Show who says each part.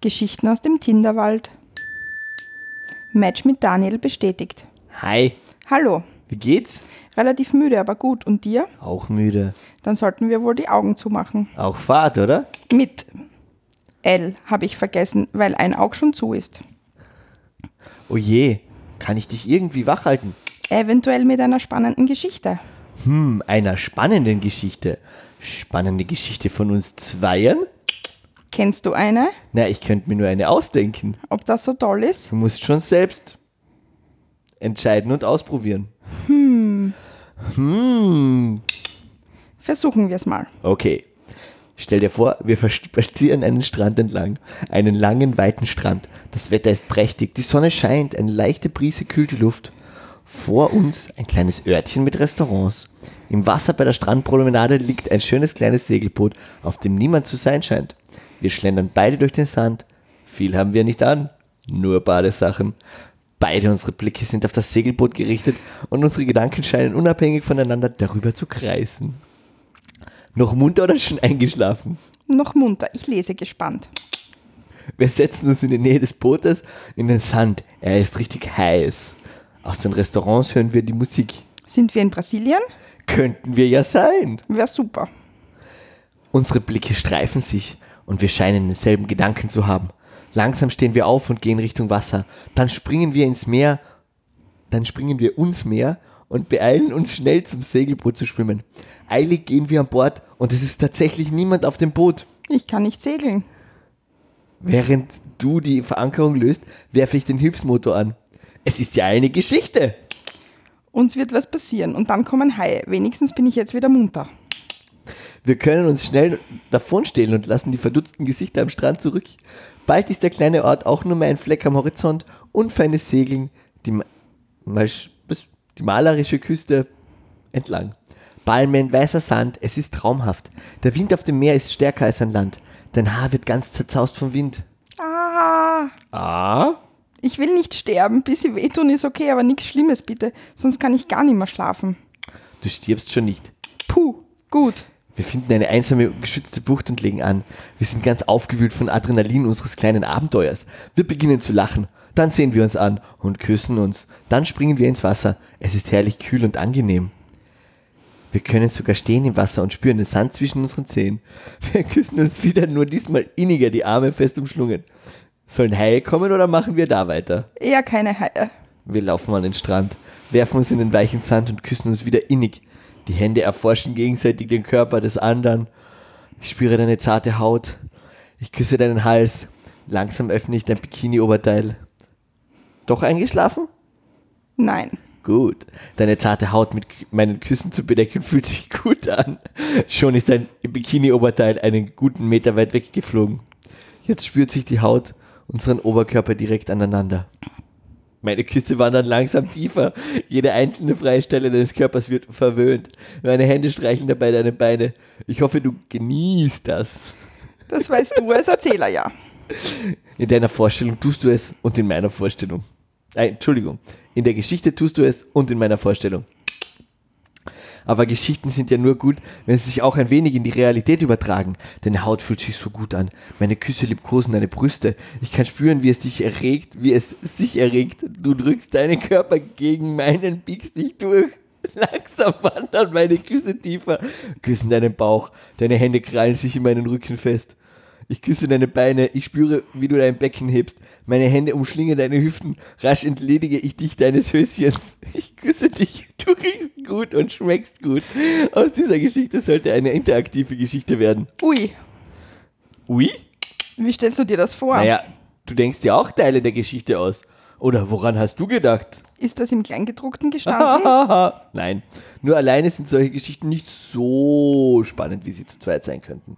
Speaker 1: Geschichten aus dem Tinderwald. Match mit Daniel bestätigt.
Speaker 2: Hi,
Speaker 1: Hallo.
Speaker 2: wie geht's?
Speaker 1: Relativ müde, aber gut. Und dir?
Speaker 2: Auch müde.
Speaker 1: Dann sollten wir wohl die Augen zumachen.
Speaker 2: Auch Fahrt, oder?
Speaker 1: Mit L habe ich vergessen, weil ein Auge schon zu ist.
Speaker 2: Oh je, kann ich dich irgendwie wachhalten?
Speaker 1: Eventuell mit einer spannenden Geschichte.
Speaker 2: Hm, einer spannenden Geschichte. Spannende Geschichte von uns Zweien?
Speaker 1: Kennst du eine?
Speaker 2: Na, ich könnte mir nur eine ausdenken.
Speaker 1: Ob das so toll ist?
Speaker 2: Du musst schon selbst entscheiden und ausprobieren. Hm. Hm.
Speaker 1: Versuchen wir es mal.
Speaker 2: Okay. Stell dir vor, wir spazieren einen Strand entlang. Einen langen, weiten Strand. Das Wetter ist prächtig, die Sonne scheint, eine leichte Brise kühlt die Luft. Vor uns ein kleines Örtchen mit Restaurants. Im Wasser bei der Strandpromenade liegt ein schönes kleines Segelboot, auf dem niemand zu sein scheint. Wir schlendern beide durch den Sand. Viel haben wir nicht an, nur Badesachen. Beide unsere Blicke sind auf das Segelboot gerichtet und unsere Gedanken scheinen unabhängig voneinander darüber zu kreisen. Noch munter oder schon eingeschlafen?
Speaker 1: Noch munter, ich lese gespannt.
Speaker 2: Wir setzen uns in die Nähe des Bootes in den Sand. Er ist richtig heiß. Aus den Restaurants hören wir die Musik.
Speaker 1: Sind wir in Brasilien?
Speaker 2: Könnten wir ja sein.
Speaker 1: Wäre super.
Speaker 2: Unsere Blicke streifen sich und wir scheinen denselben Gedanken zu haben. Langsam stehen wir auf und gehen Richtung Wasser. Dann springen wir ins Meer. Dann springen wir uns Meer und beeilen uns schnell zum Segelboot zu schwimmen. Eilig gehen wir an Bord und es ist tatsächlich niemand auf dem Boot.
Speaker 1: Ich kann nicht segeln.
Speaker 2: Während du die Verankerung löst, werfe ich den Hilfsmotor an. Es ist ja eine Geschichte.
Speaker 1: Uns wird was passieren und dann kommen Haie. Wenigstens bin ich jetzt wieder munter.
Speaker 2: Wir können uns schnell davonstehlen und lassen die verdutzten Gesichter am Strand zurück. Bald ist der kleine Ort auch nur mehr ein Fleck am Horizont, unfeines Segeln, die, ma- Malsch- was? die malerische Küste entlang. Palmen, weißer Sand, es ist traumhaft. Der Wind auf dem Meer ist stärker als an Land. Dein Haar wird ganz zerzaust vom Wind.
Speaker 1: Ah,
Speaker 2: Ah?
Speaker 1: ich will nicht sterben. Bisschen wehtun ist okay, aber nichts Schlimmes bitte. Sonst kann ich gar nicht mehr schlafen.
Speaker 2: Du stirbst schon nicht.
Speaker 1: Puh, gut.
Speaker 2: Wir finden eine einsame, geschützte Bucht und legen an. Wir sind ganz aufgewühlt von Adrenalin unseres kleinen Abenteuers. Wir beginnen zu lachen. Dann sehen wir uns an und küssen uns. Dann springen wir ins Wasser. Es ist herrlich kühl und angenehm. Wir können sogar stehen im Wasser und spüren den Sand zwischen unseren Zehen. Wir küssen uns wieder, nur diesmal inniger, die Arme fest umschlungen. Sollen Haie kommen oder machen wir da weiter?
Speaker 1: Eher keine äh, Haie.
Speaker 2: Wir laufen an den Strand, werfen uns in den weichen Sand und küssen uns wieder innig. Die Hände erforschen gegenseitig den Körper des anderen. Ich spüre deine zarte Haut. Ich küsse deinen Hals. Langsam öffne ich dein Bikini-Oberteil. Doch eingeschlafen?
Speaker 1: Nein.
Speaker 2: Gut. Deine zarte Haut mit Kü- meinen Küssen zu bedecken fühlt sich gut an. Schon ist dein Bikini-Oberteil einen guten Meter weit weggeflogen. Jetzt spürt sich die Haut unseren Oberkörper direkt aneinander. Meine Küsse wandern langsam tiefer. Jede einzelne freie Stelle deines Körpers wird verwöhnt. Meine Hände streicheln dabei deine Beine. Ich hoffe, du genießt das.
Speaker 1: Das weißt du als Erzähler ja.
Speaker 2: In deiner Vorstellung tust du es und in meiner Vorstellung. Äh, Entschuldigung, in der Geschichte tust du es und in meiner Vorstellung. Aber Geschichten sind ja nur gut, wenn sie sich auch ein wenig in die Realität übertragen. Deine Haut fühlt sich so gut an. Meine Küsse liebkosen deine Brüste. Ich kann spüren, wie es dich erregt, wie es sich erregt. Du drückst deinen Körper gegen meinen, biegst dich durch. Langsam wandern meine Küsse tiefer, küssen deinen Bauch. Deine Hände krallen sich in meinen Rücken fest. Ich küsse deine Beine, ich spüre, wie du dein Becken hebst. Meine Hände umschlingen deine Hüften. Rasch entledige ich dich deines Höschens. Ich küsse dich. Du riechst gut und schmeckst gut. Aus dieser Geschichte sollte eine interaktive Geschichte werden.
Speaker 1: Ui,
Speaker 2: Ui?
Speaker 1: wie stellst du dir das vor?
Speaker 2: Naja, du denkst ja auch Teile der Geschichte aus. Oder woran hast du gedacht?
Speaker 1: Ist das im Kleingedruckten gestanden?
Speaker 2: Nein. Nur alleine sind solche Geschichten nicht so spannend, wie sie zu zweit sein könnten.